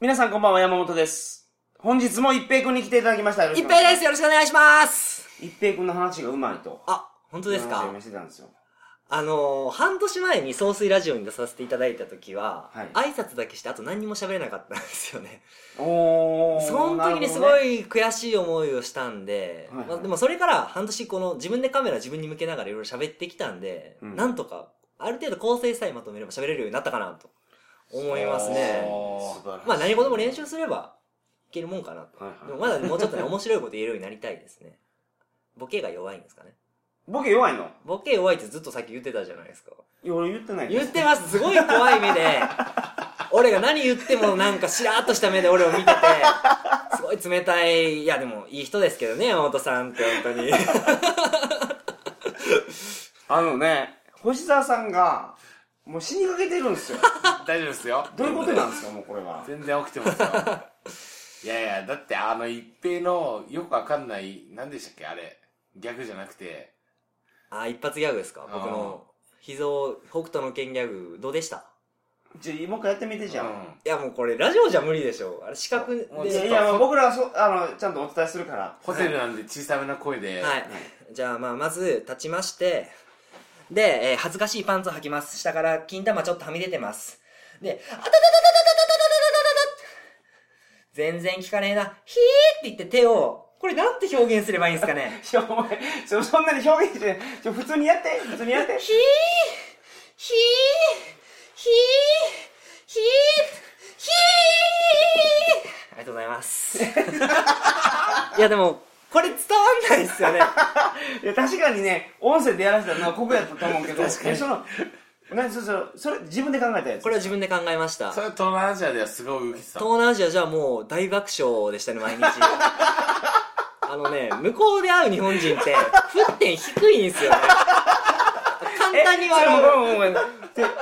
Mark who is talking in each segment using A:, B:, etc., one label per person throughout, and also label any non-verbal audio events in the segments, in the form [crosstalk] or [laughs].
A: 皆さんこんばんは、山本です。本日も一平くんに来ていただきました。よろし
B: 一
A: くお願い
B: 平
A: し
B: ですよろしくお願いし
A: ま
B: ます
A: す。一平くんの話がうまいと。
B: あ、本当です
A: 話を
B: か
A: 今してたんですよ。
B: あのー、半年前に総水ラジオに出させていただいた時は、
A: はい
B: 挨拶だけしてあと何にも喋れなかったんですよね。
A: おー。
B: その時にす
A: な
B: ご
A: る
B: い悔しい思いをしたんで、
A: はいはい
B: まあ、でもそれから半年この自分でカメラ自分に向けながらいろいろ喋ってきたんで、
A: うん
B: なんとかある程度構成さえまとめれば喋れるようになったかなと思いますね。
A: ほどね。素晴らしい
B: まあ何事も練習すればいけるもんかなと。
A: はい
B: で
A: は
B: も
A: い。
B: まだもうちょっとね、面白いこと言えるようになりたいですね。ボケが弱いんですかね。
A: ボケ弱いの
B: ボケ弱いってずっとさっき言ってたじゃないですか。
A: いや、俺言ってない
B: 言ってます。すごい怖い目で。俺が何言ってもなんかしらーっとした目で俺を見てて、すごい冷たい、いやでもいい人ですけどね、山本さんって本
A: [laughs]
B: 当に。
A: あのね、星沢さんが、もう死にかけてるん
B: [laughs]
A: ですよ。
C: 大丈夫ですよ
A: どういうことなんですか、もうこれは。
C: 全然起きてますよいやいやだってあの一平のよくわかんない何でしたっけあれ逆じゃなくて
B: あ、一発ギャグですか僕の、膝を北斗の剣ギャグ、どうでした
A: じゃあ、もう一回やってみてじゃん。
B: いやもうこれラジオじゃ無理でしょ。あれ視覚
C: もう
A: いや、
B: で。
A: いやまあ僕らはそ、あの、ちゃんとお伝えするから。
C: ホテルなんで小さめな声で、
B: はい。じゃあまあまず立ちまして、で、えー恥ずかしいパンツを履きます。下から金玉ちょっとはみ出てます。で、あたたたたたたたたたたたた全然効かねえな。ひーって言って手を、これなんて表現すればいいんですかね。
A: [laughs] いや、お前、そそんなに表現して、ちょ普通にやって、普通にやって。
B: [laughs] ひーひーひーひーひーありがとうございます。いやでも、これ伝わんないですよね。
A: いや、確かにね、音声でやらせたのはここやったと思うけど、
C: 確かに
A: えその、なそうそう、それ自分で考えたやつ。
B: これは自分で考えました。
C: それは東南アジアではすごい受けてた
B: 東南アジアじゃもう大爆笑でしたね
A: [laughs]
B: 毎日あのね向こうで会う日本人って沸点低いんですよね簡単に
A: それも
B: 笑う
A: ごめんごめんごめん。で、あたたた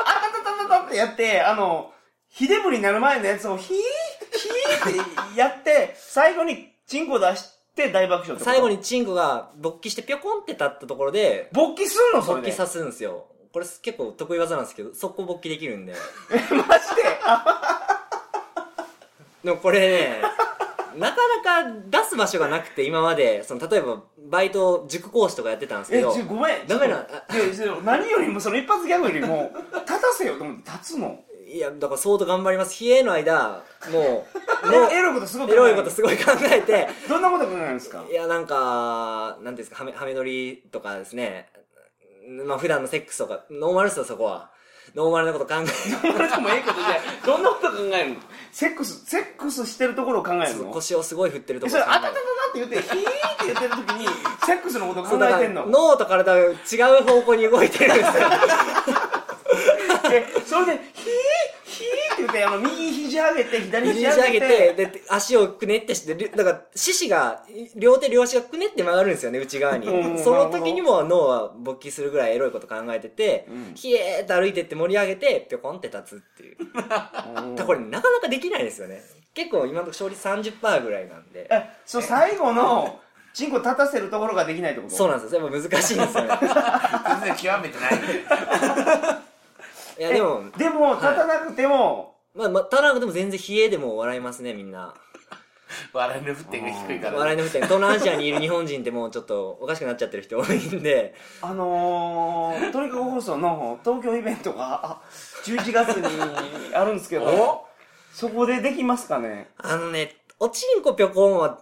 A: たたってやって、あの、ひでぶりになる前のやつを、ひー、ひーってやって、最後にチンコ出して大爆笑ってこと
B: 最後に、チンコが勃起してピョコンって立ったところで
A: 勃起すんのそれ
B: 勃
A: で。
B: 起さすんですよこれ結構得意技なんですけど速攻勃起できるんで
A: え、 [laughs] マジであ、
B: でもこれねなかなか出す場所がなくて今までその例えばバイト塾講師とかやってたんですけ
A: え、ち
B: ど
A: ょ、ごめん。
B: ダメな
A: ちょっといやちょっと何よりも、その一発ギャグよりも、立たせようと思って立つの。
B: いやだから相当頑張ります冷えの間もうもう
A: エロいことすごく考え
B: エ
A: る
B: ロいことすごい考
A: [laughs]
B: えて、
A: どんなこと考えるんですか
B: いや、なんか、なんていうんですか、ハメ、ハメ撮りとかですね。まあ、普段のセックスとか、ノーマルっすよ、そこは。ノーマルなこと考え
A: それともええことじゃないどんなこと考えるのセックスセックスしてるところを考えるの
B: 腰をすごい振ってると
A: え
B: こ
A: それ
B: ろ
A: 「あたたた」って言って「ヒー」って言ってる時にセックスのことを考
B: そうだ
A: え
B: か
A: て
B: ら
A: んの
B: 脳と体が違う方向に動いてるんです
A: [laughs]
B: よ。
A: えそれで「ヒー」「ヒー」って言ってあの右肘上げて左
B: 右
A: 肘
B: に上
A: 上げ
B: げ
A: て
B: て、で、足をくねってして、りだから、四肢が、両手両足がくねって曲がるんですよね、内側に
A: うん。
B: その時にも脳は勃起するぐらいエロいこと考えてて
A: うん、
B: ひえーって歩いてって盛り上げて、ぴょこんって立つっていう。
A: うん
B: だからこれなかなかできないですよね結構今のところ勝率30%ぐらいなんで
A: えそう最後のチンコ立たせるところができないってこと
B: そうなんですよやっぱ難しいんですよね
C: 全然極めてないんで
B: いやでも
A: えでも立たなくても、
B: まあまあただでも全然冷えでも笑いますねみんな
C: [laughs] 笑いの沸点が低いから、
B: 笑いのみたい東南アジアにいる日本人ってもうちょっとおかしくなっちゃってる人多いんで
A: あのー、トリカゴ放送の東京イベントがあ11月にあるんですけど
C: お
A: そこでできますかね
B: あのねおちんこぴょこんは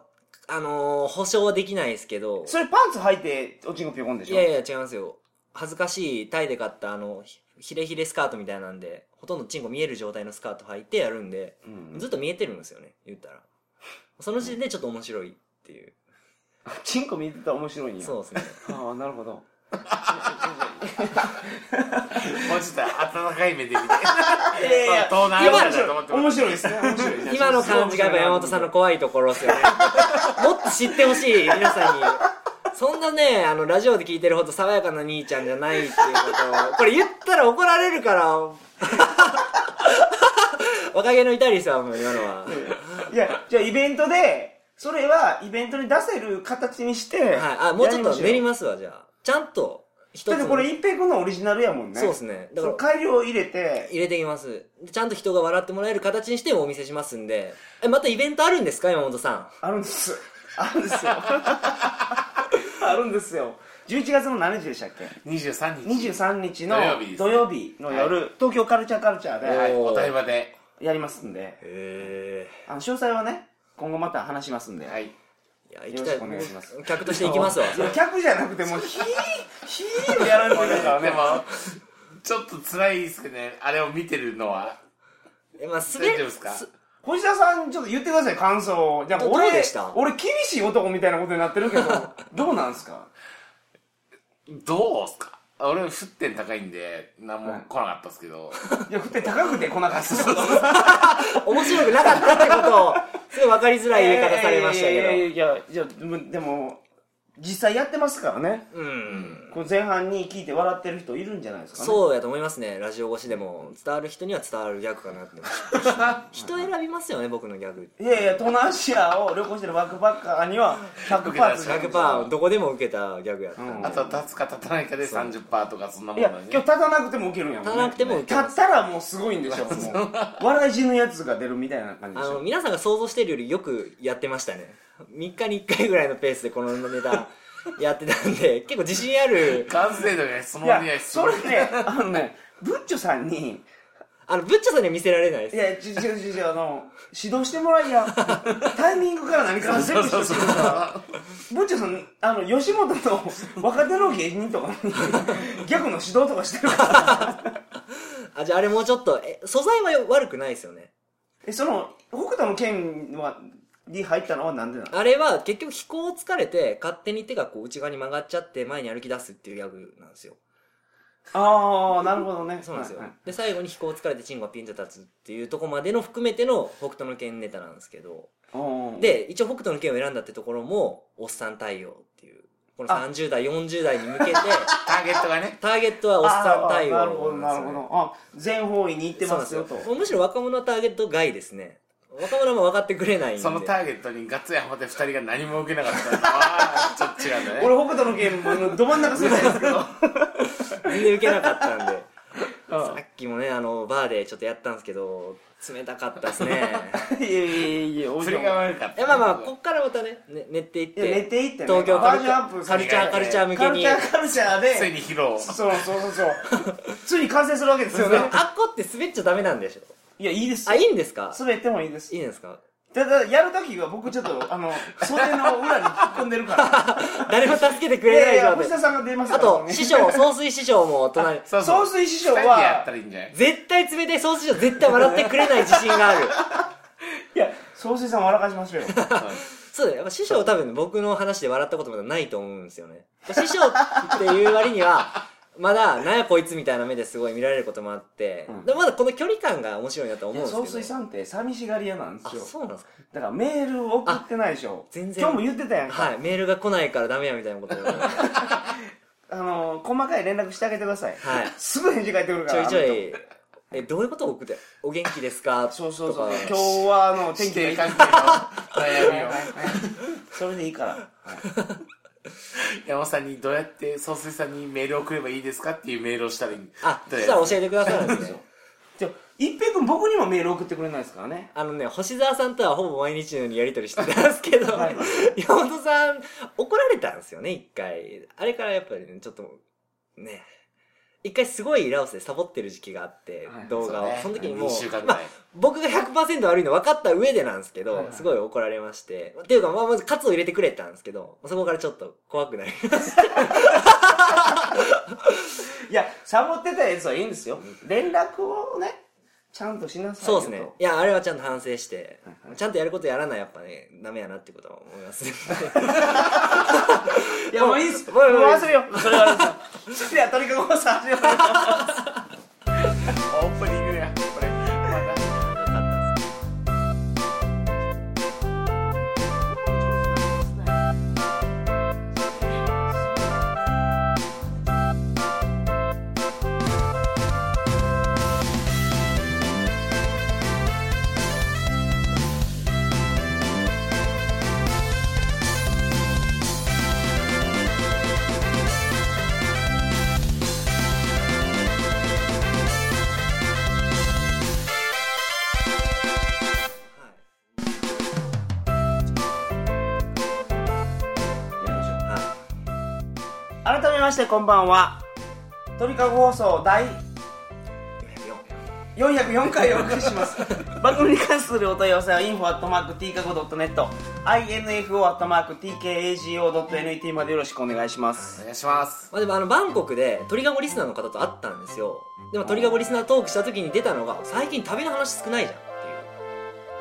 B: あのー、保証はできないですけど
A: それパンツ履いておちんこぴょこんでし
B: い
A: ょ
B: やいや違いますよ恥ずかしいタイで買ったあのひヒレヒレスカートみたいなんでほとんどチンコ見える状態のスカート履いてやるんで
A: うん
B: ずっと見えてるんですよね言ったらその時点でちょっと面白いっていう
A: チンコ見てたら面白いんや
B: そうですね
A: ああなるほど
C: もうちょっと温かい目で見て
A: いやいや
C: 東南アジアだと思って
A: 面
C: ま
A: 白いですね面白いですね
B: 今の感じがやっぱ山本さんの怖いところですよね [laughs] もっと知ってほしい皆さんにそんなねあのラジオで聞いてるほど爽やかな兄ちゃんじゃないっていうことをこれ言ったら怒られるから [laughs] 若気の至りさんも今のはい
A: やじゃあイベントでそれはイベントに出せる形にして
B: はい、あもうちょっと練り
A: ま
B: ますわじゃあちゃんと一
A: だってこれ一平君のオリジナルやもんね
B: そうですねだ
A: そ
B: か
A: の
B: ら
A: 改良を入れて
B: 入れていますでちゃんと人が笑ってもらえる形にしてお見せしますんでえまたイベントあるんですか山本さん
A: あるんですあるん
B: [laughs]
A: ですよあるんですよ11月の何日でしたっけ
C: 23日
A: 23日の
C: 土曜日ですね
A: 土曜日の夜、東京カルチャーカルチャ
C: は
A: ー
C: い
B: おー
C: お台場で
A: でやりますんで
B: へ
A: あの詳細はね今後また話しますんで、
C: はい
B: えいや行き
A: よろ
B: たい
A: しくお願いします
B: もう客として行きます
A: [laughs]
B: わ
A: いや客じゃなくてもうヒーヒーをやらんといけない
B: [laughs]
A: から
C: で
A: ね
C: もちょっと辛いですけどねあれを見てるのは
B: えまあ滑
C: 大丈夫ですか
A: 小田さんちょっと言ってください感想をなんか
B: ど
A: 俺
B: どうでした
A: 俺厳しい男みたいなことになってる
B: [laughs]
A: けどどうなんすか
C: どうっすか俺沸点高いんで何も
A: はい
C: 来なかったっすけど、
A: いや、振って高くて来な
B: [laughs]
A: かった。
B: 面白くなかったってことをすごい分かりづらい言い方されましたけど、
A: いやいやいやいや、でもでも、実際やってますからね。
B: うん
A: こう前半に聞いて笑ってる人いるんじゃないですかね。
B: そうやと思いますねラジオ越しでも伝わる人には伝わるギャ
A: [laughs]
B: グかなって人選びますよね僕のギャグ
A: いやいや、東南アジアを旅行してるバックパッカーには100%パーツ
C: 100%
B: 100%どこでも受けたギャグやったん
A: うん
B: で
C: あとは立つか立たないかで30%とかそんなも
A: い
C: んな
A: や、
C: ん
A: 今
C: で
A: 日
C: ね
A: 立たなくても受けるんやもん、ね。
B: 立たなくてもウケ
A: 立
B: ます
A: ったらもうすごいんでしょ、もう。笑い死ぬやつが出るみたいな感じ
B: あ
A: でし
B: の
A: ょ。
B: 皆さんが想像してるよりよくやってましたね3日に1回ぐらいのペースでこのネ
A: [laughs]
B: タやってたんで結構自信ある
C: 完成度がその
A: い
C: まま
A: や
C: には、す
A: そ
C: ごい
A: れね、あのね、ブッチョさんに、
B: あのブッチャさんには見せられない
A: い
B: です
A: や、ちょ、ちょ、ちょちょ、あの、指導してもらいや。タイミングから何から全部指導してくれるから。ブッチョさん、あの、吉本の若手の芸人とか
B: [laughs]
A: に、ギャグの指導とかしてるから。
B: あじゃああれもうちょっとえ素材はよ悪くないですよね
A: え、その、北斗の剣は、に入ったのはなんでなの
B: あれは結局飛行を疲れて勝手に手がこう内側に曲がっちゃって前に歩き出すっていうギャグなんですよ
A: ああ、なるほどね。
B: そうなんですよ、
A: はいはい
B: で最後に飛行を疲れてチンコがピンと立つっていうとこまでの含めての北斗の拳ネタなんですけど
A: おー、
B: で一応北斗の拳を選んだってところもおっさん対応っていうこの
A: あ
B: 30代40代に向けて
C: ターゲットがね
B: ターゲットはおっさん対応
A: あーなるほど、なるほ
B: なん
A: ど。あ、全方位に行って
B: ですよねそ
A: ま
B: うなんですす
A: よ
B: よ
A: と。
B: むしろ若者はターゲット外ですね若者も分かってくれないんで
C: そのターゲットにガッツリハマって2人が何も受けなかったのはちょっと違うんだ
A: [laughs]
C: ね
A: 俺、北斗の剣、あのど真ん中世代ですけど。
B: 全然受けなかったんで
A: [laughs] うん
B: さっきもねあのバーでちょっとやったんですけど冷たかったですね [laughs]
A: いやいやいやいや、
C: それが悪かっ
B: い
C: た
B: やまあまあこっからまたねね寝ていっ
A: いや
B: て
A: 寝ていってね
B: 東京カル
A: バー
B: チ
A: ジョンアップする
B: カルチャーカルチャー向け
A: カル
B: に
A: チャーカルチャー
C: つい
A: で、
C: に披露
A: そうそうそうそう。ついに完成するわけですよね。
B: [laughs] あっこって滑っちゃダメなんでしょ
A: いや、いいです
B: あ
A: よ
B: い。いんですか
A: 滑ってもいいです
B: い。いんですか
A: ただ、やるときは僕ちょっと、あの、袖の裏に引っ込んでるから。
B: 誰も助けてく
A: い
B: れな
A: や
B: い
A: いや、
B: 状
A: 星田
B: 態
A: さんが出ますか
B: あ
A: ら。そ
B: と
A: こに
B: 師匠総帥師匠
A: [laughs]
B: も隣
C: そうそう
A: 総帥師匠は
C: 二人でやったらいいんじゃない
B: 絶対冷たい総帥師匠絶対笑ってくれない自信
A: [laughs]
B: がある
A: いや、総帥さん笑かしましょうよ。
B: そうだよやっぱ師匠多分ね僕の話で笑ったことまだないと思うんです
A: [laughs]
B: よね師匠っていう割にはまだなんやこいつみたいな目ですごい見られることもあって、
A: うん
B: でもまだこの距離感が面白いなと思うん
A: いや
B: ですけ
A: 総
B: ど
A: 帥さんって寂しがり屋なんで
B: あ
A: すよ。
B: そうなんですか
A: だからメール送ってないでしょ。
B: あ全然
A: 今日も言ってたやんか。
B: はいメールが来ないからダメやみたいなことを
A: [laughs]
B: は
A: あの、細かい連絡してあげてください。
B: い
A: すぐ返事返ってくるか
B: ちょ
A: ら。
B: いちょ
A: あの人。
B: い、え、どういうことを送って、お元気ですか
A: そうそうそう。
B: と
A: 今
B: か
A: 日は、あの、 [laughs] 天
C: 指
A: 気がいいか
C: 定関
A: ら
B: [laughs]
C: 係の悩みを
A: それでいいから。
C: 山本さんにどうやって総帥さんにメールを送ればいいですかっていうメールをしたらいい
B: あ、そ
C: どう
B: し
C: や
B: たら教えてくださるんですね。
A: じゃあ一平君僕にもメール送ってくれないですからね。
B: あのね、星沢さんとはほぼ毎日のようにやりとりしてたんですけど、
A: はい
B: 山本さん、怒られたんですよね、一回。あれからやっぱりね、ちょっと、ね、一回すごいラオスでサボってる時期があって、
A: はい
B: 動画を。そ
C: そう
B: の
C: ね
B: 時にもう
C: 2週間、ぐ
B: ま
C: ら
B: あ
C: い、
B: 僕が100%悪いの分かった上でなんですけど、
A: はいはい
B: すごい怒られまして。っていうか、まあ、まずカツを入れてくれたんですけど、そこからちょっと怖くなり
A: いや、サボってたやつはいいんですよ。連絡をね、ちゃんとしなさい
B: そ
A: よ
B: う
A: と。
B: ですね。いや、あれはちゃんと反省して、ちゃんとやることやらない、やっぱね、ダメやなってことは思
A: [laughs]
B: います。
A: いや、もういいっ
B: [laughs]
A: す。も
B: も
A: う
B: う
A: 忘れよう。それはあれですよ。 [laughs] では、とにかくごさん、
C: オープニングやこれまた
D: 「
A: ましてこんばんは鳥かご放送第404回お送りします [laughs] 番組に関するお問い合わせは info.tkago.net info.tkago.net までよろしくお願いします
C: お願いします
B: まあ、でもあのバンコクで鳥籠リスナーの方と会ったんですよでも鳥籠リスナートークした時に出たのが最近旅の話少ないじゃんっ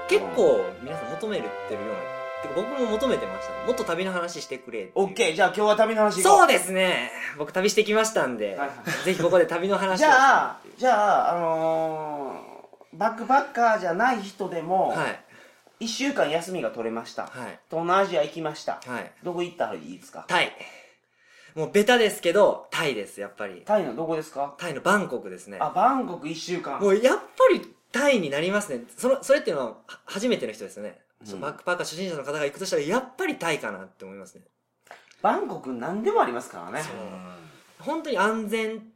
B: ていう結構皆さん求めるってるようなてか僕も求めてましたねもっと旅の話してくれっていう
A: OK じゃあ今日は旅の話いこう
B: そうですね僕旅してきましたんで、
A: はいは
B: ぜひここで旅の話を
A: じゃあじゃああのーバックパッカーじゃない人でも
B: はい
A: 1週間休みが取れました、
B: はい
A: 東南アジア行きました、
B: はい
A: どこ行ったらいいですか
B: タイもうベタですけどタイですやっぱり
A: タイのどこですか
B: タイのバンコクですね
A: あバンコク1週間
B: もうやっぱりタイになりますねそのそれっていうのはは初めての人ですよね、そのバックパーカー初心者の方が行くとしたらやっぱりタイかなって思いますね
A: バンコク何でもありますからね
B: そう
C: うん
B: 本当に安全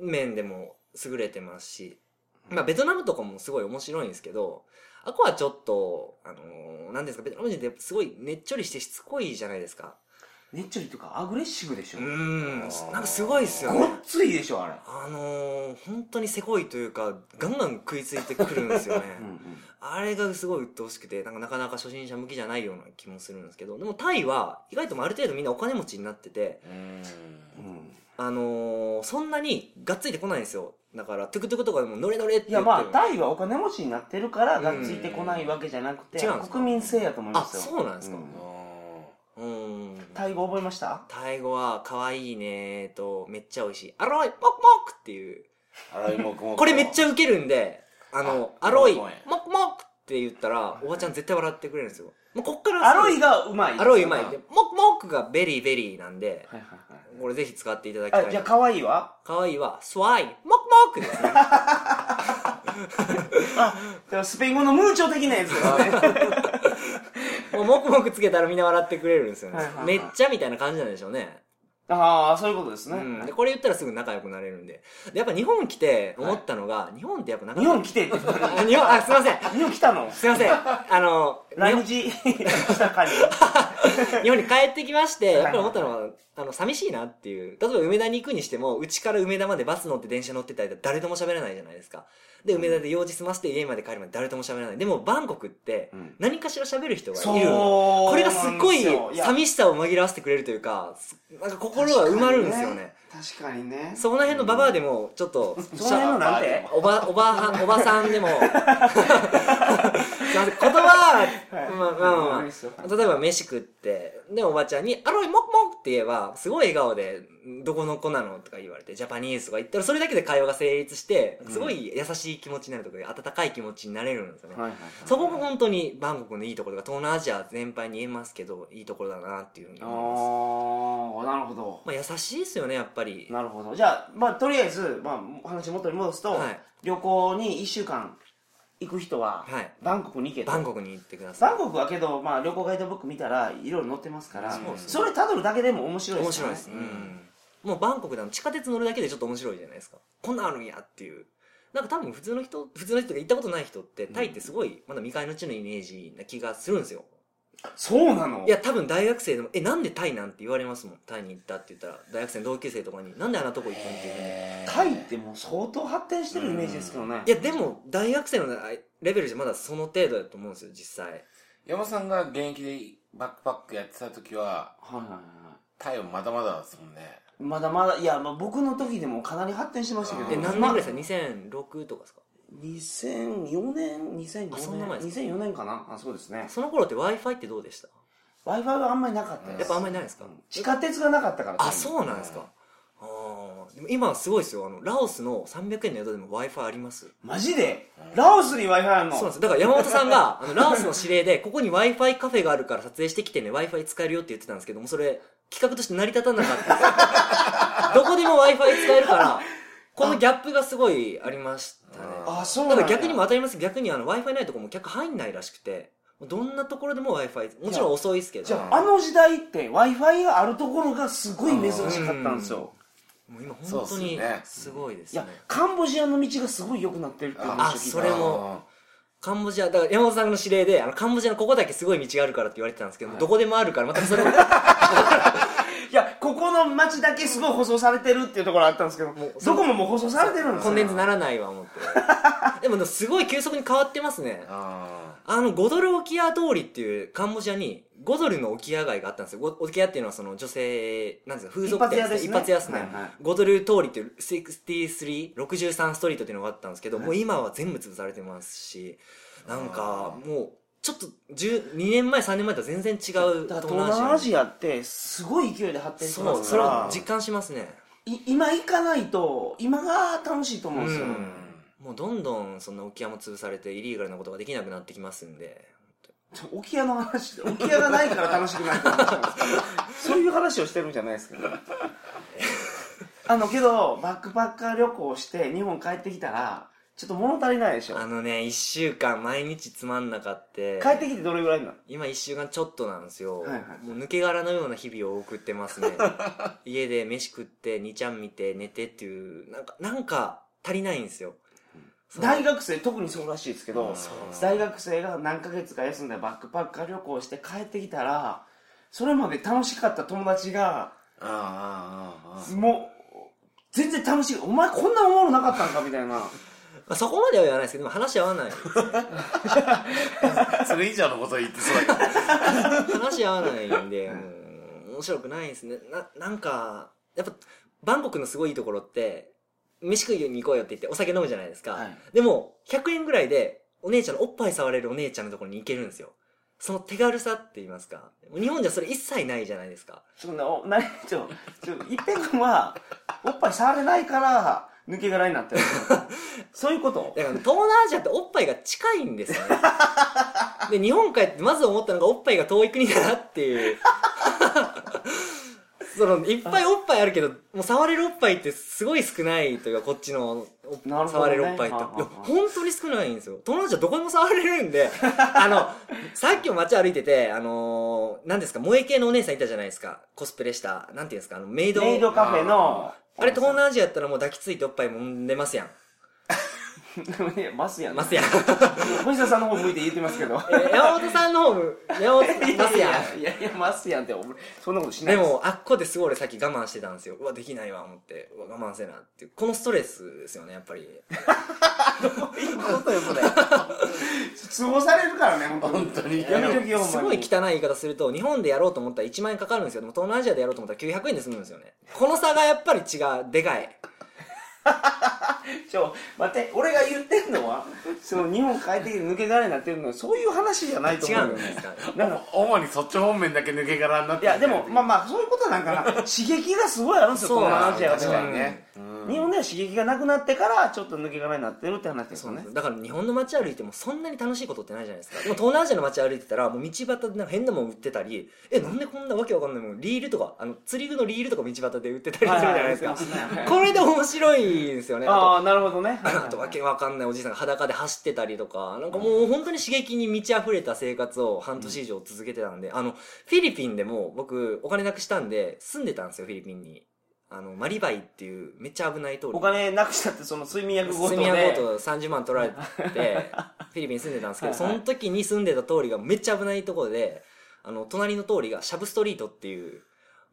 B: 面でも優れてますし、まあ、ベトナムとかもすごい面白いんですけどあこはちょっと、あのーなんですかベトナム人ってすごいねっちょりしてしつこいじゃないですか
A: ねっちょりとかアグレッシブでしょ、
B: うーんなんかすごいっすよ
A: ごっ
B: ね
A: ついでしょあれ、
B: あのー本当にせこいというかガンガン食いついてくるんですよね、 [laughs]
A: うんうん、
B: あれがすごい鬱陶しくて、なんかなかなか初心者向きじゃないような気もするんですけど、でもタイは意外とある程度みんなお金持ちになってて、
C: うん
B: あのーそんなにがっついてこないんですよ。だから、トゥクトゥクとかでも乗れ乗れって
A: い
B: 言
A: や
B: って
A: まあタイはお金持ちになってるから
B: うん
A: がっついてこないわけじゃなくて
B: 違うんですか
A: 国民性やと思いますよ
B: あそうなんですか
C: う
B: うーん。
A: タイ語覚えました
B: タイ語は、可愛いねーと、めっちゃ美味しい。アロイ、モクモクっていう。
C: ん洗いもこも
B: これめっちゃウケるんで、あの、
C: あ
B: アロイ、
C: そう
B: モ
C: なんや
B: クモクって言ったら、おばちゃん絶対笑ってくれるんですよ。もうこっから、
A: アロイ、がうまい
B: アロイうまい。
A: は
B: で
A: い
B: モクモクがベリーベリーなんで、
A: はいは
B: これぜひ使っていただきた
A: い
B: い
A: あ
B: なと
A: じゃあ可愛いは
B: 可愛いは、スワイ、モクモクで
A: [laughs]
B: すね。
A: でもスペイン語のムーチョ的なやつですね
B: もう、もくもくつけたらみんな笑ってくれるんですよね
A: はいはいは。い
B: めっちゃみたいな感じなんでしょうね。
A: ああそういうことです
B: う
A: ね、
B: ん。で、これ言ったらすぐ仲良くなれるんで。で、やっぱ日本来て思ったのが、日本ってやっぱなか
A: 日
B: なか
A: 本来
B: [laughs]
A: てって
B: あ日本、あ、すいません。
A: 日本来たの
B: すいません。あ
A: [laughs]
B: の、日
A: 来
B: 本
A: 日
B: [laughs]
A: した感じ
B: 日本に帰ってきまして、
A: はい
B: やっぱり思ったのは、あの、寂しいなっていう。例えば梅田に行くにしても、うちから梅田までバス乗って電車乗ってた間誰とも喋らないじゃないですか。で、梅田で用事済ませて家まで帰るまで誰とも喋らない。でも、バンコクって
A: うん、
B: 何かしら喋る人がいる。
A: そう
B: これがすっごい
A: み
B: 寂しさを紛らわせてくれるというか、すなんか心が埋まるんですよね。
A: 確かにね
B: そこら辺のババアでも、ちょっと、
A: その辺のなんて
B: おば、おばは、おばさん
A: [laughs]
B: でも、すいません、言葉
A: はい
B: は、まあまあまあ
A: いいですよ
B: 例えば飯食って、で、おばちゃんに、アロイ、モクモクって言えば、すごい笑顔で、どこの子なのとか言われて、ジャパニーズとか言ったら、それだけで会話が成立して、すごい優しい気持ちになるとか、温かい気持ちになれるんですよね。
A: はいはいはい
B: そこが本当にバンコクのいいところが東南アジア全般に言えますけどいいところだなっていうふうに
A: あ
B: 思いま
A: あなるほど
B: す、まあ、優しいですよねやっぱり
A: なるほどじゃあまあとりあえず、まあ、お話元に戻すと、
B: はい
A: 旅行に1週間行く人は、
B: はい
A: バンコクに行けと
B: バンコクに行ってください
A: バンコクはけど、まあ、旅行ガイドブック見たらいろいろ載ってますから
B: そうですね
A: それたどるだけでも面白いで
B: 面
A: すよ
B: 白い
A: ね
B: です、うん、もうバンコクであの地下鉄乗るだけでちょっと面白いじゃないですかこんなんあるんやっていうなんか多分普通の人普通の人が行ったことない人ってタイってすごいまだ未開の地のイメージな気がするんですよ
A: そうなの
B: いや多分大学生でも「えなんでタイなん?」て言われますもんタイに行ったって言ったら大学生の同級生とかに「なんであんなとこ行ったん?」っていうふうに
A: タイってもう相当発展してるイメージですけどね
B: いやでも大学生のレベルじゃまだその程度だと思うんですよ実際
C: 山本さんが現役でバックパックやってた時は
A: はいはいは
C: 太陽まだまだですもんね
A: いまだまだいや、まあ、僕の時でもかなり発展してましたけど
B: え
C: うん
B: 何年ぐらいですか2006とかですか
A: 2004年2004
B: あそんな前
A: 年
B: です
A: 2004年かなあそうですね
B: その頃って w i f i ってどうでした
A: w i f i はあんまりなかったです
B: やっぱあんまりないですか、
A: 地下鉄がなかったから
B: あそうなんですか、あーでも今はすごいですよあのラオスの300円の宿でも w i f i あります
A: マジでラオスに w i f i あるの
B: そうなんですだから山本さんがあのラオスの指令でここに w i f i カフェがあるから撮影してきてね w i f i 使えるよって言ってたんですけどもそれ企画として成り立たなかったん [laughs] ですよどこでも w i f i 使えるからこのギャップがすごいありましたね
A: あそうな
B: た
A: んだ
B: だ逆にも当たります逆にあの w i f i ないとこも客入んないらしくてどんなところでも w i f i もちろん遅いですけ
A: じ
B: ど
A: ゃああの時代って w i f i があるところがすごい珍しかったんですよ
B: もう今
C: そ
B: 本
C: うっ
B: 当
C: す
B: に
C: ね
B: すごいで
A: い
B: すね
A: やカンボジアの道がすごい良くなってるっていう
B: あ
A: 話を聞いた
B: それもカンボジアだから山本さんの指令であのカンボジアのここだけすごい道があるからって言われてたんですけど、どこでもあるからまたそれも
A: いやここの街だけすごい放送されてるっていうところあったんですけど、
B: もう
A: どこももう放送されてるんです
B: コ
A: よ
B: ンテンツならないわ思ってでもねすごい急速に変わってますね
C: あ
B: あの5ドル沖屋通りっていうカンボジアに5ドルの沖屋街があったんですよご沖屋っていうのはその女性なんですか風俗店
A: 一
B: 一
A: 発
B: 発
A: 屋で
B: 屋ですす
A: ね
B: ね、
A: はいはい
B: 5ドル通りっていう6363ストリートっていうのがあったんですけど、もう今は全部潰されてますしなんかもうちょっと10 2年前3年前とは全然違う
A: だから東南ア
B: ア
A: ジアってすごい勢いで発展してま
B: そう
A: す
B: そ
A: か
B: れ
A: ら
B: は実感しますね
A: い今行かないと今が楽しいと思うんですよ、
B: うん
C: ん
B: もうどんどんそんな沖屋も潰されてイリーガルなことができなくなってきますんで
A: ちょ沖屋の話で沖屋がないから楽しくないって話なんですけどそういう話をしてるんじゃないですからあのけどバックパッカー旅行して日本帰ってきたらちょっと物足りないでしょ
B: あのね1週間毎日つまんなかって
A: 帰ってきてどれぐらいなの
B: 今1週間ちょっとなんですよ、
A: はいはい
B: もう抜け殻のような日々を送ってま
A: [laughs]
B: すね家で飯食って2ちゃん見て寝てっていうなんかなんか足りないんですよ、そう
A: 大学生特にそうらしいですけど
C: そう
A: 大学生が何ヶ月か休んでバックパッカー旅行して帰ってきたらそれまで楽しかった友達が
C: あああああ
A: もう全然楽しいお前こんな思わなかったんかみたいな
B: まあ、そこまでは言わないですけどでも話合
A: [laughs]
B: わない
C: あそれ以上のこと言ってそうだけど
B: 話合わないんでもう面白くないですねななんかやっぱバンコクのすごいいいところって飯食いに行こうよって言ってお酒飲むじゃないですか、
A: はい
B: でも100円ぐらいでお姉ちゃんのおっぱい触れるお姉ちゃんのところに行けるんですよその手軽さって言いますか日本じゃそれ一切ないじゃないですか
A: そんな、お、なに、ちょ、ちょ、一平君は、おっぱい触れないから、抜け殻になってる。そういうこと
B: だから東南アジアっておっぱいが近いんですよ
A: [laughs]
B: ねで日本帰ってまず思ったのがおっぱいが遠い国だなっていう [laughs] そのいっぱいおっぱいあるけどもう触れるおっぱいってすごい少ないというかこっちのお
A: なるほどね
B: 触れるおっぱいってい
A: は
B: や
A: あはあはあ
B: 本当に少ないんですよ東南アジアどこでも触れるんで [laughs] あのさっきも街歩いててあのー、何ですか萌え系のお姉さんいたじゃないですかコスプレしたなんていうんですかあのメイド
A: メイドカフェの、
B: あれ東南アジアやったらもう抱きついておっぱいもんでますやん
A: いや、マスやん、ね。
B: ますやん
A: 星田さんの方向いて言ってます
B: [laughs]
A: けど。
B: えー山本さんの方も山本さんいますやん
A: いやいや、マスやんって、俺、そんなことしない
B: でもあっこですごい俺さっき我慢してたんですようわできないわ思ってうわ我慢せなっていうこのストレスですよねやっぱり
A: ことよ、それ。通報されるからね、本当に。
C: 本当に
A: やめときよ、ほん
B: [laughs] す
A: ま
B: ごい
A: に。
B: 汚い言い方すると日本でやろうと思ったら1万円かかるんですよでも東南アジアでやろうと思ったら900円で済むんですよねこの差がやっぱり違うでかい
A: ちょ、待って、俺が言ってんのは、その、日本帰ってきて抜け殻になってるのは、そういう話じゃないと
B: 違
A: 思う
B: う
A: よ
B: んで
A: ね
B: す。か
A: なんか、
C: 主にそっち方面だけ抜け殻になっ
A: い
C: てる
A: や、でも、まあまあ、そういうことなんかな。刺激がすごいあるんですよ、
B: そう
A: 東
B: な
A: 南ア
B: ん
A: ジア
B: ですよ
A: は
C: 確かにね、うん
A: 日本では刺激がなくなってからちょっと抜け殻になってるって話です
B: そ
A: よ
B: うなん
A: ね
B: ですだから日本の街歩いてもそんなに楽しいことってないじゃないですか [laughs] でも東南アジアの街歩いてたらもう道端でなんか変なもん売ってたりえなんでこんなわけわかんないもんリールとかあの釣り具のリールとか道端で売ってたりするじゃないですか [laughs] これで面白いんですよね
A: あ
B: あ
A: あなるほどね
B: と [laughs] あとわけわかんないおじいさんが裸で走ってたりとかなんかもう本当に刺激に満ち溢れた生活を半年以上続けてたんで、あのフィリピンでも僕お金なくしたんで住んでたんですよフィリピンにあのマリバイっていうめっちゃ危ない通り
A: お金なくしたってその睡眠薬強盗で
B: 住み屋強盗30万取られ
A: [laughs]
B: てフィリピンに住んでたんですけど
A: はいは
B: そ
A: い
B: の時に住んでた通りがめっちゃ危ないところであの隣の通りがシャブストリートっていう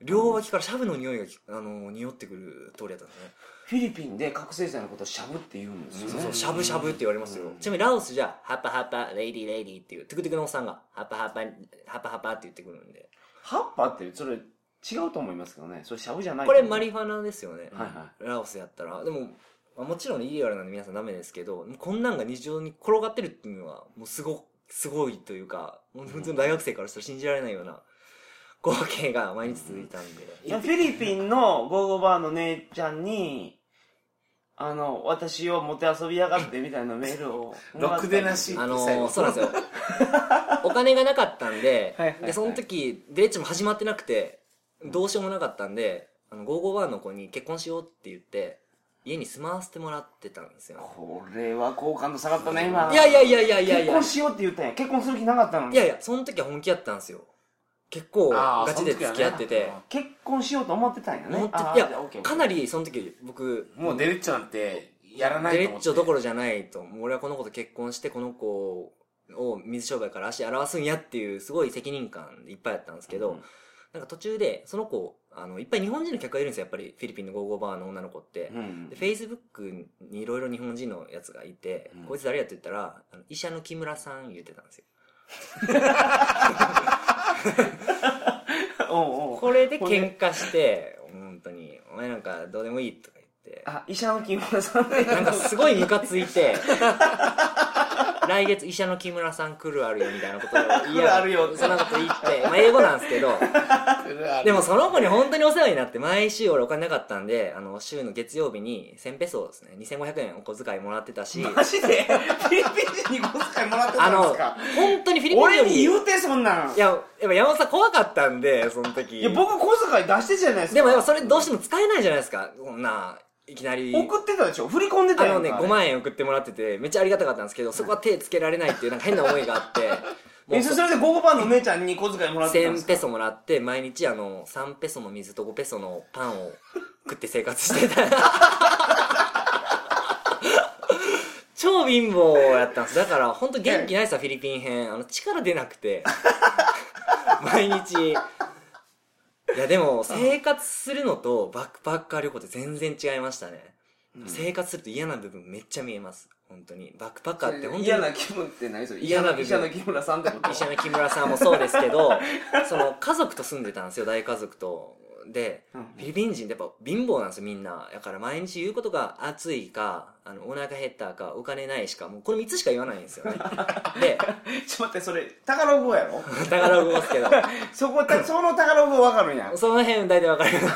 B: 両脇からシャブの匂いがきあの匂ってくる通りだったんですね
A: フィリピンで覚醒剤のことをしゃぶって言うんですよ、
C: うん
B: そうそうしゃぶしゃぶって言われますよちなみにラオスじゃハッパハッパレイディレイディっていうトゥクトゥクのおっさんがハッパハッパハッパハッパって言ってくるんで
A: 葉っぱってそれ違うと思いますけどねそれしゃぶじゃない
B: これマリファナですよね
A: はいは
B: ラオスやったらでもまあもちろんイリガルなんで皆さんダメですけどこんなんが日常に転がってるっていうのはもうすごすごいというかもう普通の大学生からしたら信じられないような光景が毎日続いたんで、
A: いフィリピンのゴーゴーバーの姉ちゃんにあの私をもて遊びやがってみたいなメールを
C: ろくでなし
B: あの
C: 最後
B: ー、そうなんですよ
A: [laughs]
B: お金がなかったんで
A: はいはいはい
B: でその時デレッチも始まってなくてどうしようもなかったんであの551の子に結婚しようって言って家に住まわせてもらってたんですよ
A: これは好感度下がったね今
B: いやいやいやいやいやい
A: 結
B: や
A: 婚しようって言ったんや結婚する気なかったのに
B: いやいや、その時は本気やったんですよ。結構、
C: あー
B: ガチで付き合ってて。
A: 結婚しようと思ってたんやね
B: 思って
A: あー
B: いや
A: じゃあオッケーオッケー
B: かなりその時僕、
C: もうデレッチョなんてやらない
B: デレ
C: と思
B: ッ
C: っ
B: チ
C: て
B: ョど
C: [laughs]
B: ころじゃないと、もう俺はこの子と結婚して、この子を水商売から足表すんやっていう、すごい責任感いっぱいあったんですけど、なんか途中で、その子、あの、いっぱい日本人の客がいるんですよ、やっぱり。フィリピンのゴーゴーバーの女の子って。
C: うん
B: で、Facebook にいろいろ日本人のやつがいて、
C: うん
B: こいつ誰やって言ったら、あの医者の木村さん言ってたんですよ。
A: おうおう
B: これで喧嘩して、本当に、お前なんかどうでもいいとか言って、
A: あ医者の木村さんね
B: なんかすごいムカつい
A: [laughs]
B: て、来月医者の木村さん来るあるよみたいなことを言い
A: 来るあ
B: や
A: るよ
B: そんなこと言って、まあ英語なんですけど、でもその子に本当にお世話になって、毎週俺お金なかったんで、あの、週の月曜日に1000ペソですね、2500円お小遣いもらってたし、
A: [laughs] [laughs] マジでフィリピン人に小遣いもらって
B: あ
A: たんで
B: の
A: すか、
B: 本当にフィリピン
A: 俺に
B: よ
A: 言うてそんなん
B: りいや、やっぱ山本さん怖かったんで、その時。
A: いや僕小遣い出してじゃないですか
B: でも、でもそれどうしても使えないじゃないですか。こんな、いきなり。
A: 送ってたでしょ振り込んでた
B: あ
A: や
B: の
A: ん
B: ね、
A: か
B: 5万円送ってもらってて、めっちゃありがたかったんですけど、そこは手つけられないっていう、なんか変な思いがあ [laughs] って、も
A: えそれでゴーゴーバーのお姉ちゃんに小遣いもらってたんですか
B: 1000ペソもらって、毎日あの、3ペソの水と5ペソのパン
A: [laughs]
B: を食って生活してた。超貧乏やったんです。だから、本当元気ないさ、フィリピン編。あの、力出なくて。 [laughs] 毎日。いや、でも、生活するのとバックパッカー旅行って全然違いましたね。生活すると嫌な部分めっちゃ見えます。本当に。バックパッカーって本当に。
A: 嫌な気分って何それ
B: 嫌な部分
A: 医者の木村さんってこと
B: 医者の木村さんもそうですけどその家族と住んでたんですよ大家族とで
A: うん
B: フィリピン人ってやっぱ貧乏なんですよみんなだから毎日言うことが暑いかあのお腹減ったかお金ないしかもうこの3つしか言わないんです
A: [laughs]
B: よねで
A: ちょっと待ってそれ宝語やろ
B: 宝物ですけど
A: そこたその宝語わかるんやん
B: その辺大体わかりま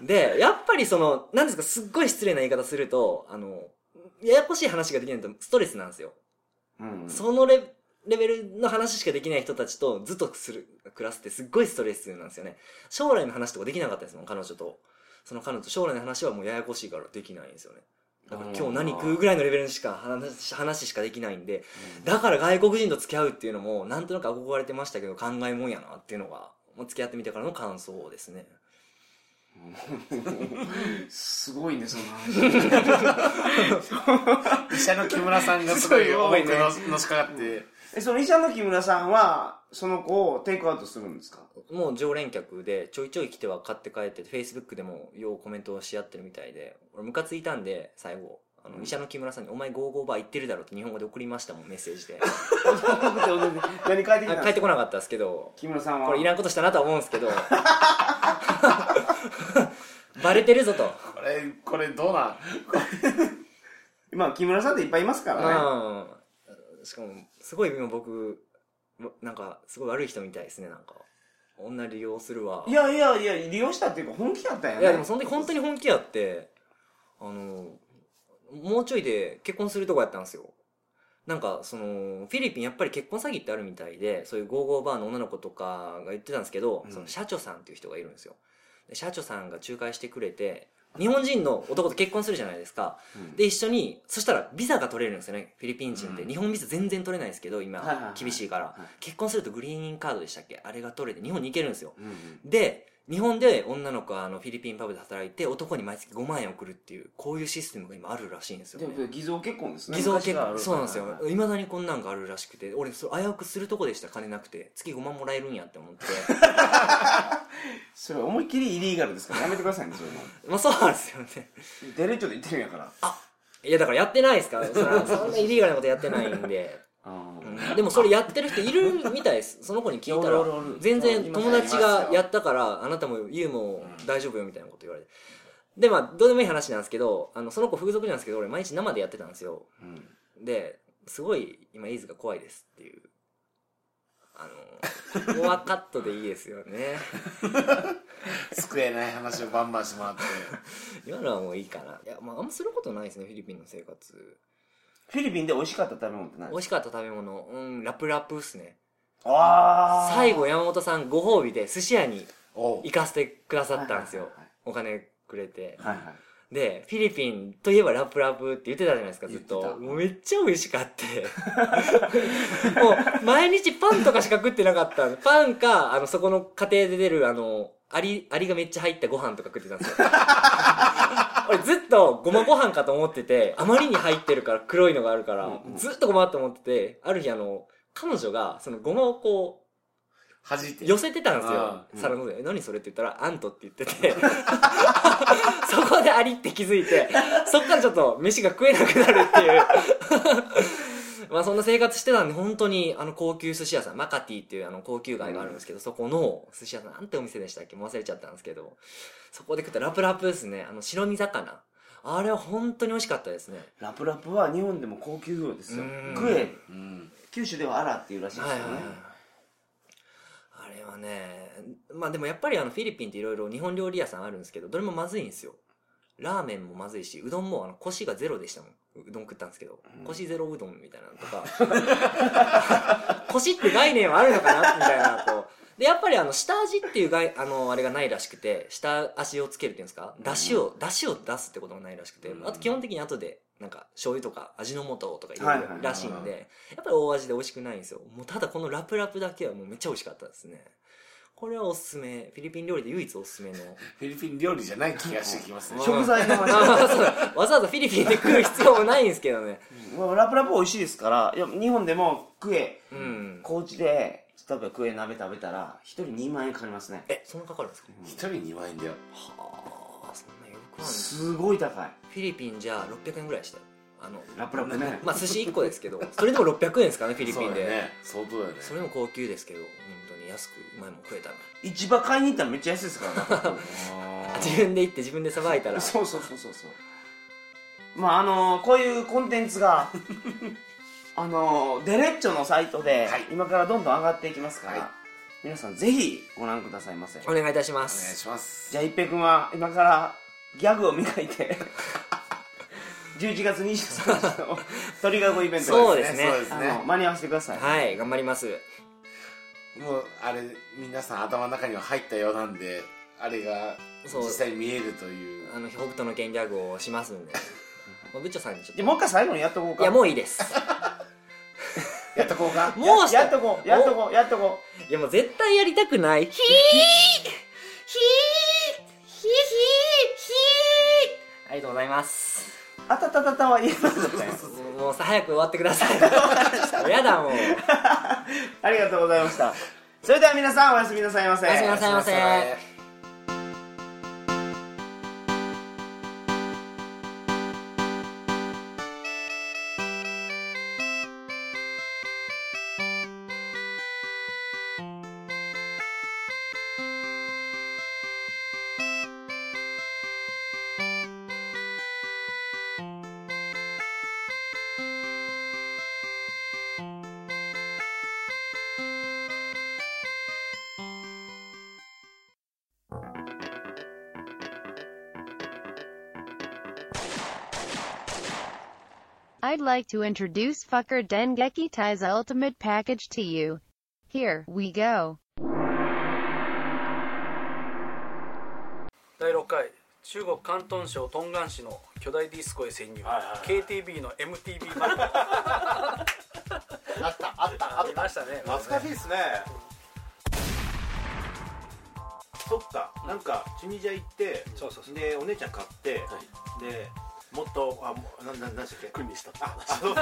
B: すでやっぱりそのなんですかすっごい失礼な言い方するとあのややこしい話ができないとストレスなんですよ
A: うん
B: そのレレベルの話しかできない人たちとずっとする暮らすってすっごいストレスなんですよね将来の話とかできなかったですもん彼女とその彼女と将来の話はもうややこしいからできないんですよねだから今日何食うぐらいのレベルにしか話話しかできないんでだから外国人と付き合うっていうのもなんとなく憧れてましたけど考えもんやなっていうのがもう付き合ってみてからの感想ですね
A: すごいねその
B: [laughs]
A: 話
C: 医者の木村さんがすごい重いののしかかって、
A: えその医者の木村さんはその子をテイクアウトするんですか
B: もう常連客でちょいちょい来ては買って帰ってて Facebook でもようコメントをし合ってるみたいで俺ムカついたんで最後あの医者の木村さんに「お前ゴーゴーバー行ってるだろ」って日本語で送りましたもんメッセージであ
A: [laughs] 何帰ってきたんです
B: 帰っ
A: か
B: てこなかったですけど
A: 木村さんは
B: これいらんことしたなとは思うんですけどバレてるぞと
C: これ、これどうなん
A: まあ木村さんっていっぱいいますからね
B: うんしかもすごい今僕なんかすごい悪い人みたいですねなんか女利用するわ
A: いやいやいや利用したっていうか本気だったよね
B: いやでもその時本当に本気やってあのもうちょいで結婚するとこやったんですよなんかそのフィリピンやっぱり結婚詐欺ってあるみたいでそういうゴーゴーバーの女の子とかが言ってたんですけど、
A: うん
B: その社長さんっていう人がいるんですよで社長さんが仲介してくれて日本人の男と結婚するじゃないですか
A: うん
B: で一緒にそしたらビザが取れるんですよねフィリピン人って、
C: うん
B: 日本ビザ全然取れないですけど
A: はいはいは
B: 今
A: い
B: 厳しいから、
A: い
B: 結婚するとグリーンカードでしたっけあれが取れて日本に行けるんですよ
A: うんうん
B: で、日本で女の子はあのフィリピンパブで働いて男に毎月5万円送るっていう、こういうシステムが今あるらしいんですよ、
A: で
B: ね。
A: も偽造結婚ですね
B: 偽造結
A: 昔からあ
B: 婚
A: る
B: そうなんですよ
A: はい
B: いまだにこんなんがあるらしくて俺それ危うくするとこでした金なくて月5万もらえるんやって思って [laughs]
A: それ思いっきりイリーガルですからやめてくださいねそういうの
B: まあそうなんですよね [laughs]
A: デレッチョで言ってるんやから
B: いやだからやってないですからそらそんなイリーガルなことやってないんで、うんでもそれやってる人いるみたいですその子に聞いたら
A: おるおるおる
B: 全然友達がや
A: っ
B: ったからあなたもユウも大丈夫よみたいなこと言われてでまあどうでもいい話なんですけどあのその子風俗じゃなんですけど俺毎日生でやってたんですよですごい今エイズが怖いですっていうあのフォアカットでいいですよね [laughs]
C: 救えない話をバンバンしてもらって。
B: 今のはもういいかないやまああんますることないですねフィリピンの生活
A: フィリピンで美味しかった食べ物って何
B: 美味しかった食べ物うんラプラプっすね
A: ああ
B: 最後山本さんご褒美で寿司屋に
C: おう
B: 行かせてくださったんですよ
A: はいはいはい
B: お金くれて
A: はいはい
B: で、フィリピンといえばラプラプって言ってたじゃないですか、ずっ
A: 言っ
B: と。
A: てた
B: もうめっちゃ美味しかって。 [laughs] もう、毎日パンとかしか食ってなかった。パンか、あの、そこの家庭で出る、あの、アリ、アリがめっちゃ入ったご飯とか食ってた
A: [laughs]
B: んですよ。俺ずっとごまご飯かと思ってて、あまりに入ってるから、黒いのがあるから
A: うんう、ん
B: ずっとごまと思ってて、ある日あの、彼女が、そのごまをこ
C: 弾いて。
B: 寄せてたんですよ
C: ああうん
B: 皿の上、何それって言ったら「あんと」って言ってて [laughs] そこでありって気づいてそっからちょっと飯が食えなくなるっていう [laughs] まあそんな生活してたんで本当にあの高級寿司屋さんマカティっていうあの高級街があるんですけど、そこの寿司屋さんなんてお店でしたっけもう忘れちゃったんですけどそこで食ったラプラプですねあの白身魚あれは本当に美味しかったですね
A: ラプラプは日本でも高級魚ですよ
B: うん
A: クエ
C: うん。
A: 九州ではアラっていうらしいですよね、
B: あれはねまあでもやっぱりあのフィリピンっていろいろ日本料理屋さんあるんですけどどれもまずいんですよラーメンもまずいしうどんもあのコシがゼロでしたもんううどん食ったんですけど、
A: うん
B: コシゼロうどんみたいなのとか [laughs] コシって概念はあるのかなみたいなこうでやっぱりあの下味っていう概あのあれがないらしくて下味をつけるっていうんですかだしをだしを出すってこともないらしくて、
C: うん
B: あと基本的に後でなんか醤油とか味の素とか入
A: はい
B: れ
A: はいは
B: る
A: い
B: らしいんで、やっぱり大味で美味しくないんですよ。もうただこのラプラプだけはもうめっちゃ美味しかったですね。これはおすすめ。フィリピン料理で唯一おすすめの。 [laughs]
C: フィリピン料理じゃない気がしてきますね。
A: 食材の
B: あ
A: 話
B: ーそうわざわざフィリピンで食う必要もないんですけどね。
A: まあラプラプ美味しいですからいや日本でもクエ
B: うん。
A: 高知で例えばクエ鍋食べたら一人2万円かかりますね
B: え、そんなかかるんですか
C: 一人2万円だよ。
B: はあ、そんなよくあるんです
A: すごい高い
B: フィリピンじゃ600円ぐらいしたよ。あの、
A: ラプラプね
B: まあ寿司1個ですけど、それでも600円ですからね、フィリピン
C: そうだよ
B: で。
C: ね。相当だよね。
B: それも高級ですけど、本当に安くうまいもん食えたな。
A: 市場買いに行ったらめっちゃ安いですからラプラプ
C: あ
B: 自分で行って自分でさばいたら。
A: [laughs] そうそうそうそうそうまああのこういうコンテンツ
C: [laughs]
A: があのデレッチョのサイトで、
C: はい
A: 今からどんどん上がっていきますから、
C: はい
A: 皆さんぜひご覧くださいませ
B: お願いいたしま
C: お願い
B: す。
C: します。
A: じゃあ一平君は今からギャグを磨い
B: [laughs]
A: て11月23日の鳥籠イベント
B: そうですね
C: そうです
A: あの
C: ね。
A: 間に合わせてください、
B: はい、頑張ります。
C: もう、あれ、皆さん頭の中には入ったようなんで、あれが
B: そう
C: 実際見えるという。
B: あの北斗の剣ギャグをします
A: [laughs]
B: んでまあ部長さんにちょ
A: じ
B: っ
A: ゃ
B: と
A: あもう一回最後にやっとこうか
B: いやもういいです
C: やっとこうか。
B: もうし
A: やや
B: た
A: っとこうやっとこうやっとこう
B: いやもう絶対やりたくないひーひーひーひーありがとうございます
A: あたたたたは言えなか
B: [laughs]
A: ったよ
B: もうさ早く終わってくださ
A: [laughs]
B: いもうやだもう
A: ありがとうございましたそれでは皆さんおやすみなさいませ
B: おやすみなさいませ
D: I'd like to introduce Fucker Dengeki Tai's Ultimate Package to you. Here we go.
E: 第6回中国広東省東岸市の巨大ディスコへ潜入、KTB の MTV バンドあったあったありましたね
F: 懐かしいですねそっかなんかチュニジャ行って
E: そうそうそう
F: でお姉ちゃん買って、でもっとあもうなななんでしたっけ君にしたああそう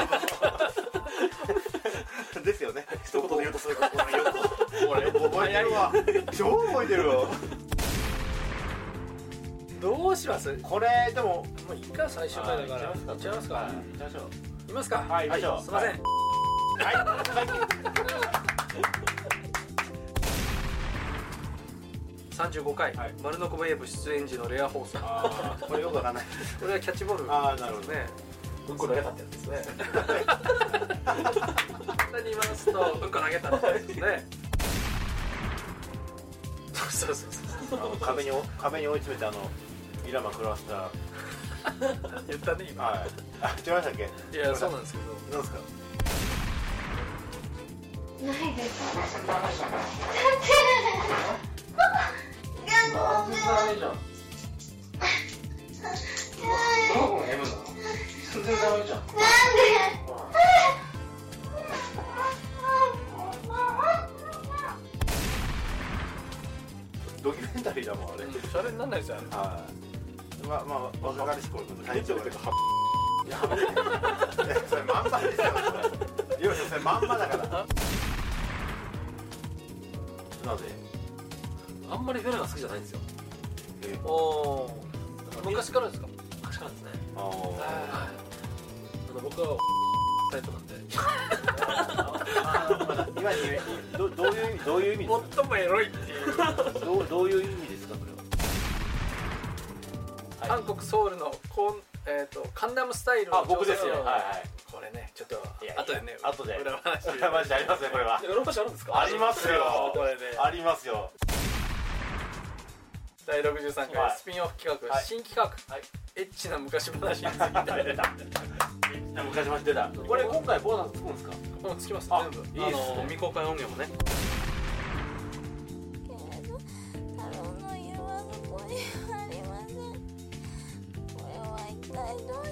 F: そう [laughs] ですよね一言で言うとそういうこと [laughs] 俺覚えてるわ超覚えてるわ
E: どうしますも
F: これでも
E: う一回最終回だから行っちゃいますか
F: 行きましょう
E: 行きますか
F: はい行きましょう
E: すいません、35回、
F: はい
E: 丸のこウェーブ出演時のレア放送
F: あーこれよくわかんない
E: これはキャッチボール
F: あーなるほど
E: ね
F: うんこ投げたってやつ
E: [laughs]
F: ですね
E: 簡単に言いますとうんこ投げたんですね [laughs] そうそうそうそう
F: [laughs] あの壁にお壁に追い詰めてあのイラマ食らわせた
E: 言ったね今、
F: はいあ違いましたっけ
E: いやそうなんですけど
F: なんですか
G: ないです。だって、パパ、学校で。
F: ドキュメンタリーだもんあれ、
E: それになんないですよ
F: はい。まあまあ若かりし頃の体調 [laughs] とかそれまんまですよ。いやそれまんまだから。
A: なぜ
H: あんまりフェラが好きじゃないんですよ
E: おお昔からですか
H: 昔からですね
A: あー
H: はいあの僕はタイプなんで
A: あー今にどどういう意味どういう意味です
E: 最もエロいっていう
A: かどうどういう意味ですかこれは
E: 韓国ソウルのコン、えー、とカンダムスタイルの
A: あ僕ですよ
E: 女性の
A: はいはい
E: これねちょっと
A: いやいや
E: 後でね
A: 後で
E: 裏
A: [laughs]
E: 話
A: これはマジでありますねこれは
H: ヨーロッパ市あるんですか
A: ありますよ
E: これね
A: ありますよ
E: 第63
A: は
E: 回
A: い
E: スピンオフ企画、
A: はい
E: 新企画、エッチな昔話につい
A: [laughs]
E: て
A: 昔まで出た [laughs] これ今回ボーナスつくんですか
E: もうつきます
A: あ
E: 全部
A: いいっすね
H: あの未公開音源もね
G: 太郎の言わぬ声はありませんこれは一体どう